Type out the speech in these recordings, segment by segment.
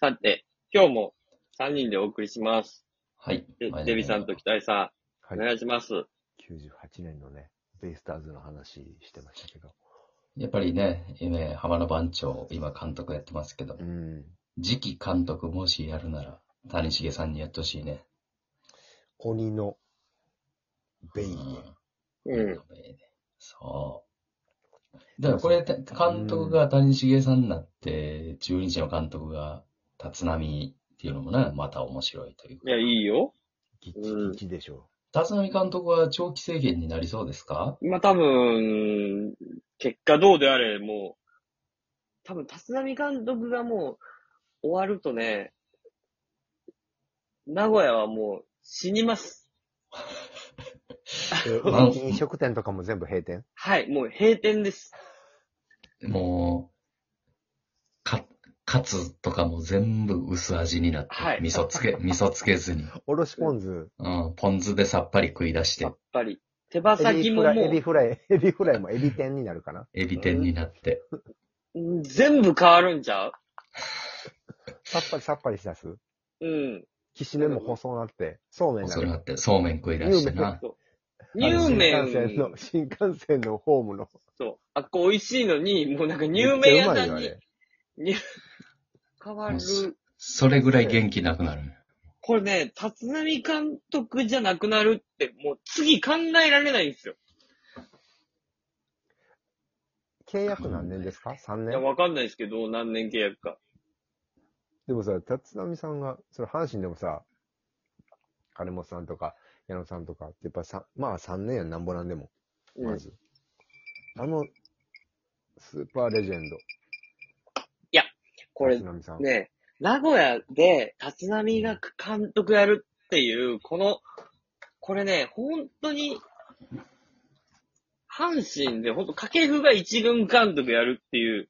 さて、今日も3人でお送りします。はい。でデビさんと北井さん、はおい。願いします。 98年のね、ベイスターズの話してましたけど。やっぱりね、今、浜野番長、今監督やってますけどう、ん。次期監督もしやるなら、谷繁さんにやってほしいね。鬼のベイうで。んうん。そう。だからこれ、た監督が谷繁さんになって、中日の監督が立浪っていうのもね、また面白いというかいや、いいよ。ギッチギチでしょ。立浪監督は長期制限になりそうですかまあ、多分、結果どうであれ、もう、多分、立浪監督がもう、終わるとね、名古屋はもう、死にます。えうん飲飲食店とかも全部閉店はい、もう閉店です。もう、か、カツとかも全部薄味になって、はい味噌つけ、味噌つけずに、おろしポン酢。うん、ポン酢でさっぱり食い出しやてっ、ぱり。手羽エビ先フもライ、もエビフライ、エビフライもエビ天になるかなエビ天になって、う、全部変わるんちゃうさっぱりさっぱりしたす。うん。きしめんも細なって、そうめんになそれる。なって、そうめん食い出してな。そう乳新幹線麺の、、新幹線のホームの。そう。あ、こう美味しいのに、もうなんか乳麺めっちゃ屋うまさいよんあにれ変わるもう。すそれぐらい元気なくなる。これね、立浪監督じゃなくなるって、もう次考えられないんですよ。契約何年ですか ?3 いや、年わかんないですけど、何年契約か。でもさ、立浪さんが、それ阪神でもさ、金本さんとか、矢野さんとかって、やっぱさ、まあ3年やんなんぼなんでも。うまん。ず。あの、スーパーレジェンド。これ立浪さん。ね、名古屋で立浪が監督やるっていう、この、これね、本当に、阪神で本当掛布が一軍監督やるっていう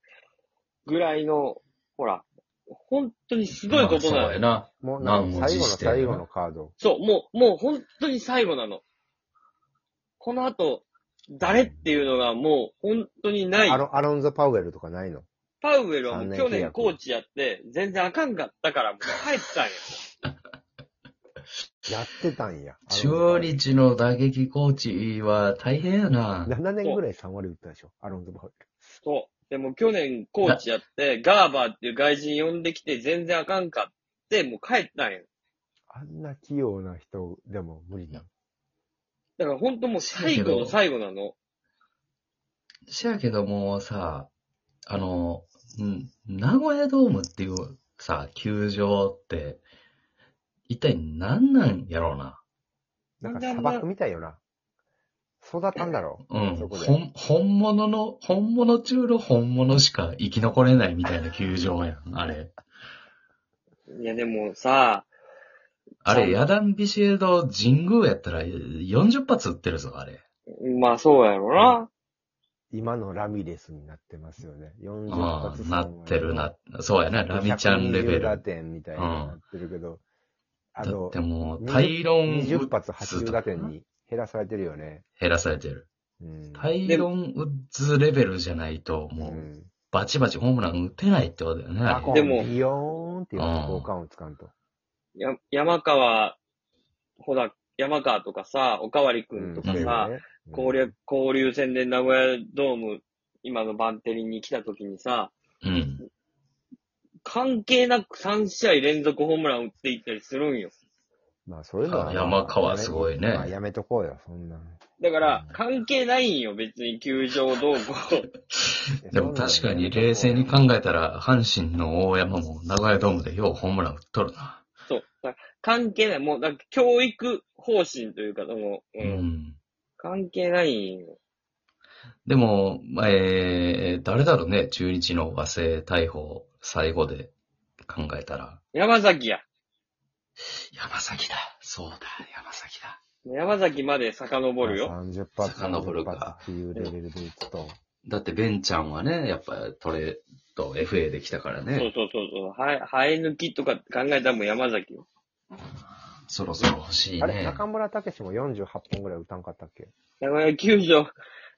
ぐらいの、ほら、本当にすごいことまあなそうのや。な。もうなん満をか持最後のしてやな最後のカード。そう、もう、もう本当に最後なの。この後、誰っていうのがもう本当にないア。ロアロンゾ・パウエルとかないのパウエルはもう去三年契年約コーチやって、全然あかんかったから、もう帰ったんや。やってたんや。中に日の打撃コーチは大変やな。 7年ぐらい3割打ったでしょ。アロンゾ・パウエル。そう。でも去年コーチやって、ガーバーっていう外人呼んできて、全然あかんかって、もう帰ったんや。あんな器用な人でも無理な。だから本当もう最後の最後なの。しやけどもさ、あの、うん名古屋ドームっていうさ、球場って、一体何なんやろうな。なんか砂漠みたいよな。育ったんだろうそん。こでほん本物の、本物中の本物しか生き残れないみたいな球場やん、あれ。いやでもさ、あそうれ、ヤダンビシエド神宮やったら40発撃ってるぞ、あれ。まあそうやろな。今のラミレスになってますよね。40あ発あ、なってるな。そうやな、ラミミちゃんレベル。打だ点みたいになってるけど、あっとて、もう、タイロン・ウ20ッ発ズ80と打か点に減らされてるよね。減らされてる。うん。タイロン・ウッズレベルじゃないと、もうう、んバチバチホームラン打てないってことだよね。あれバコンでもビヨーンっていううん交換を使うと。や山川、ほら、山川とかさ、おかわりくんとかうんさ、、交流、交流戦で名古屋ドーム、今のバンテリンに来た時にさ、うん。関係なく3試合連続ホームラン打っていったりするんよ。まあ、そういうのは。山川すごいねまあ、やめとこうよ、そんな。だからうん、関係ないんよ、別に球場どうこう。でも確かに冷静に考えたら、阪神の大山も名古屋ドームでようホームラン打っとるな。 そう。だ関係ない。もう、なんか教育方針というか、その、う。うんん。関係ないんよ。でも、まあえー、誰だろうね、中日の和製大砲、最後で考えたら。山崎や。山崎だ。そうだ、山崎だ。山崎まで遡るよ。 30発、遡る30か発っていうレベルでいくと。だって、ベンちゃんはね、やっぱトレード FA できたからそうね、そうそうそう。は生え抜きとかって考えたらもう山崎よ。そろそろ欲しいあれ、ね。中村武史も48本ぐらい打たんかったっけ名古屋球場、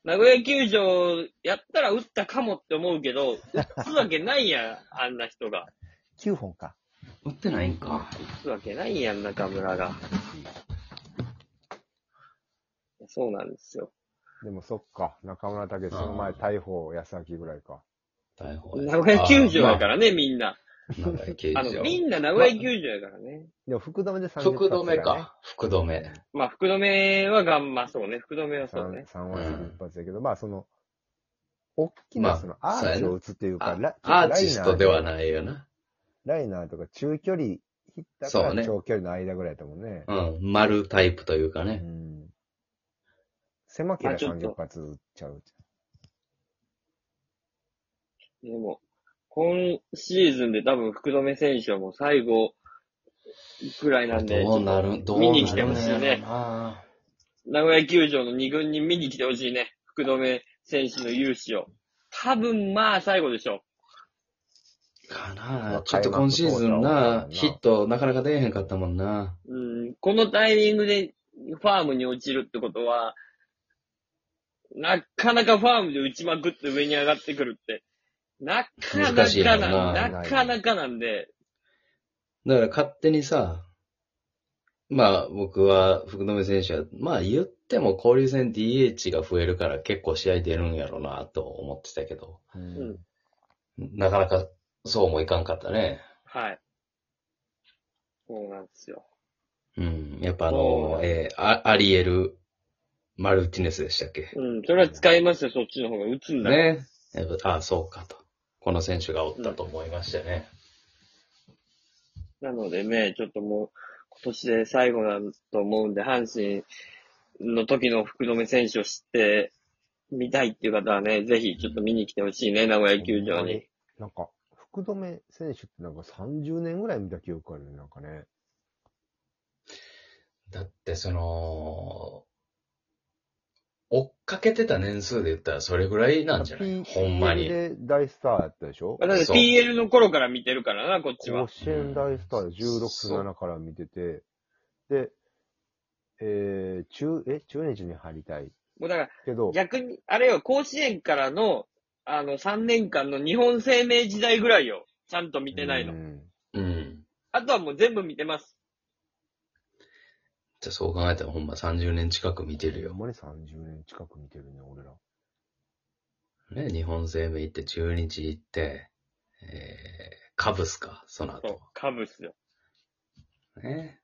名古屋球場やった ら打ったかもって思うけど、打つわけないやん、あんな人が。 ?9 本か。打ってないんか。打つわけないやん、中村が。そうなんですよ。でもそっか、中村武史、その前、うん大鵬、安明ぐらいか。大砲。名古屋球場やかららね、みんな。名古屋球あの、み場。んな名古屋球場やからね。でも福留で30発福留ぐらいね。か。福留。まあ、福留はガンマ、そうね。福留はそうね三。三はうん30発やけど、まあその、大きまなあそのアーチを打つっていうか、あラ。アーティストではいないよな。ライナーとか中距離、ヒッターかそうらね長距離の間ぐらいだったもんね。うん。丸タイプというかうね。ん。狭けりゃ30発打っちゃう。でも、今シーズンで多分福留選手はもう最後ぐらいなんで、どうなる、どうなる見に来てほしいねんやろな名古屋球場の2軍に見に来てほしいね。福留選手の勇姿を。多分まあ最後でしょかまあなちょっと今シーズン開幕当初はな多かったもんなヒットなかなか出えへんかったもんな。う。うん、このタイミングでファームに落ちるってことは、なかなかファームで打ちまくって上に上がってくるって、なかな難しいかよな、なんなかなかなんで、だから勝手にさ、まあ僕は福留選手は、まあ言っても交流戦 DH が増えるから結構試合出るんやろうなと思ってたけど、ううん。なかなかそうもいかんかったね。はい。そうなんですよ。うん。やっぱあそのう、えーあアリエル・マルティネスでしたっけうん、それは使いますよ、そっちの方が打つんだから。ね。やっぱああ、そうかと。この選手がおったと思いましたね。なのでね、ちょっともう、今年で最後だと思うんで、阪神の時の福留選手を知ってみたいっていう方はね、ぜひちょっと見に来てほしいね、名古屋球場に。なんか、福留選手ってなんか30年ぐらい見た記憶あるね、なんかね。だってその、追っかけてた年数で言ったらそれぐらいなんじゃない P- ほんま PL に。で大スターやったでしょまあ、だってそう PL の頃から見てるからな、こっちは甲。子園大スターうん16、そう7から見てて、で、えー、中、え、中日に入りたい。もうだから、けど、逆に、あれよ、甲子園からの、あの、3年間の日本生命時代ぐらいよ。ちゃんと見てないのう。んうん。あとはもう全部見てます。じゃあそう考えたらほんま30年近く見てるほんよ。まに30年近く見てるね、俺ら。ね、日本生命行って、中日行って、えー、カブスか、そのそう後。、カブスよ。ね。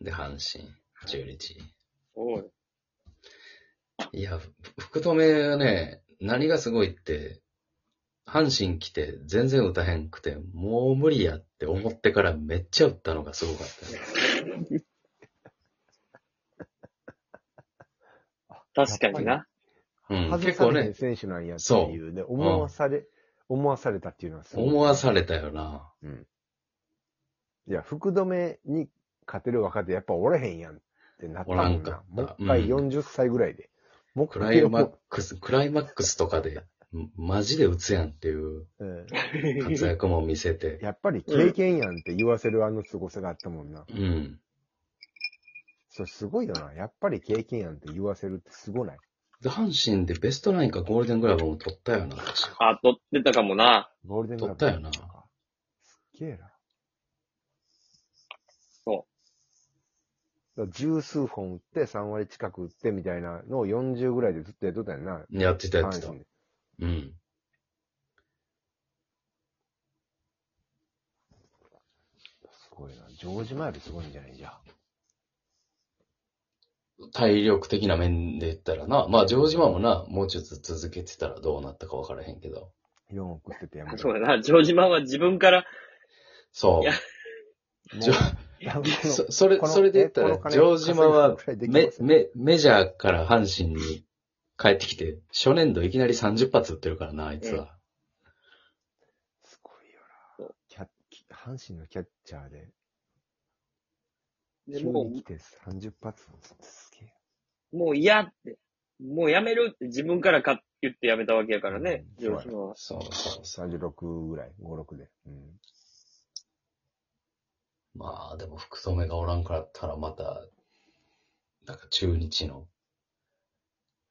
で、阪神、中日。おういや、ふ福留はね、何がすごいって、阪神来て全然打たへんくて、もう無理やって思ってからめっちゃ打ったのがすごかったね。確かにやっな。うん、外結さ構れへねん、選手なんやってそいうね、思わされ、思わされたっていうのはすごい思わされたよな。うん。いや、福留に勝てる若手やっぱおらへんやんってなったもおらんんかなっ。たもう一回うん40歳ぐらいで。もうク一ラ回イマック ス、クライマックスとかで、んマジで打つやんっていううん活躍も見せて。やっぱり経験やんって言わせるあの凄さがあったもんな。うん。それすごいよな。やっぱり経験やんって言わせるってすごない。で、阪神でベストナインかゴールデングラブも取ったよな、確 か。あ、撮ってたかもな。ゴールデングラブ取ったよなすっげえな。だかそう。ら十数本打って3割近く打ってみたいなのを40ぐらいでずっとやっとったよな。やってたやって阪た神。でうん。すごいな。ジョージマよりすごいんじゃないじゃあ。体力的な面で言ったらな。まあ、ジョージマもな、もうちょっと続けてたらどうなったか分からへんけど。 4億打っててやめたそうだな、ジョージマンは自分から、そいやう。もうジョいやこのそそれ、このそれで言ったえこのら、金ジョージマは稼ぐぐらいメで、きますよメ、メジャーから阪神に帰ってきて、初年度いきなり30発打ってるからな、あいつは。すごいよな。キャッ阪神のキャッチャーで、で急もに来て30発すげえ。う、もう嫌って、もうやめるって自分からか言ってやめたわけやからね、うんジョージマンは。そうそうそう。 36ぐらい、5、6で。うん。まあ、でも福留がおらんかったらまた、なんか中日の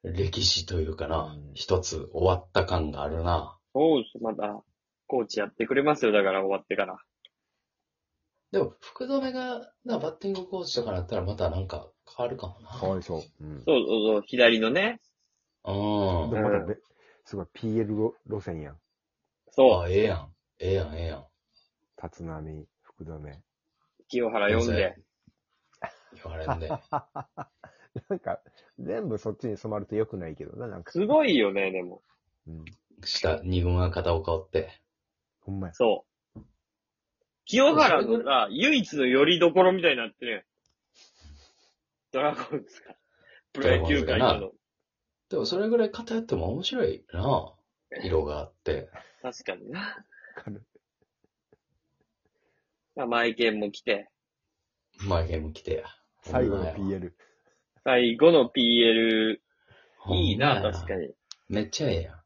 歴史というかなうん、一つ終わった感があるな。そうです、また、コーチやってくれますよ、だから終わってから。でも、福留が、な、バッティングコーチとかだったらまたなんか変わるかもな。かわいそう。うん。そうそうそう、左のね。うん。でもまたべ、すごい PL 路線やん。そあ、ええやん。ええやん、ええやん。立浪、福留。う、清原読んで。言われん で。なんか、全部そっちに染まると良くないけどな、なんか。すごいよね、でも。うん。下、二軍は片岡おって。ほんまや。そう。清原のが唯一の拠りどころみたいになってるやん。ドラゴンズか。プロ野球界との。でも、それぐらい偏っても面白いな。色があって。確かにな。軽いマイケンも来て、うまいゲーム来てや。最後ほんのまや PL。最後の PL、いいな、ほんまや確かに。めっちゃええやん。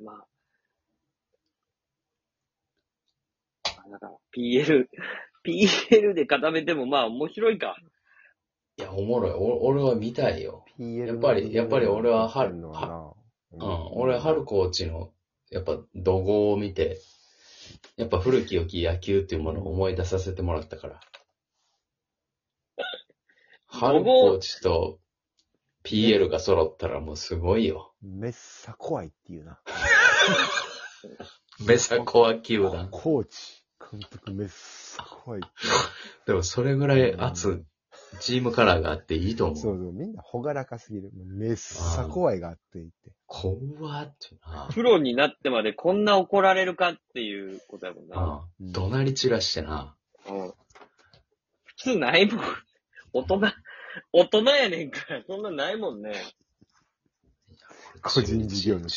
うん。まあ。あだから、PL、PL で固めてもまあ面白いか。いや、おもろい。お俺は見たいよ。 PL やっぱりやっぱり俺は春のはうな。ん。俺、春コーチの、やっぱ、怒号を見て、やっぱ古き良き野球っていうものを思い出させてもらった から。春コーチと PL が揃ったらもうすごいよ。めっさ怖いっていうな。ベサコア球コ団。ーチ、監督めっさ怖い。 でもそれぐらい熱、チームカラーがあっていいと思う。そうそう、みんなほがらかすぎる。めっさ怖いがあっていて。怖ってな。プロになってまでこんな怒られるかっていうことやもんな。ああ うん怒鳴り散らしてな。うん。普通ないもん。大人、大人やねんから、そんなないもんね。個人事業主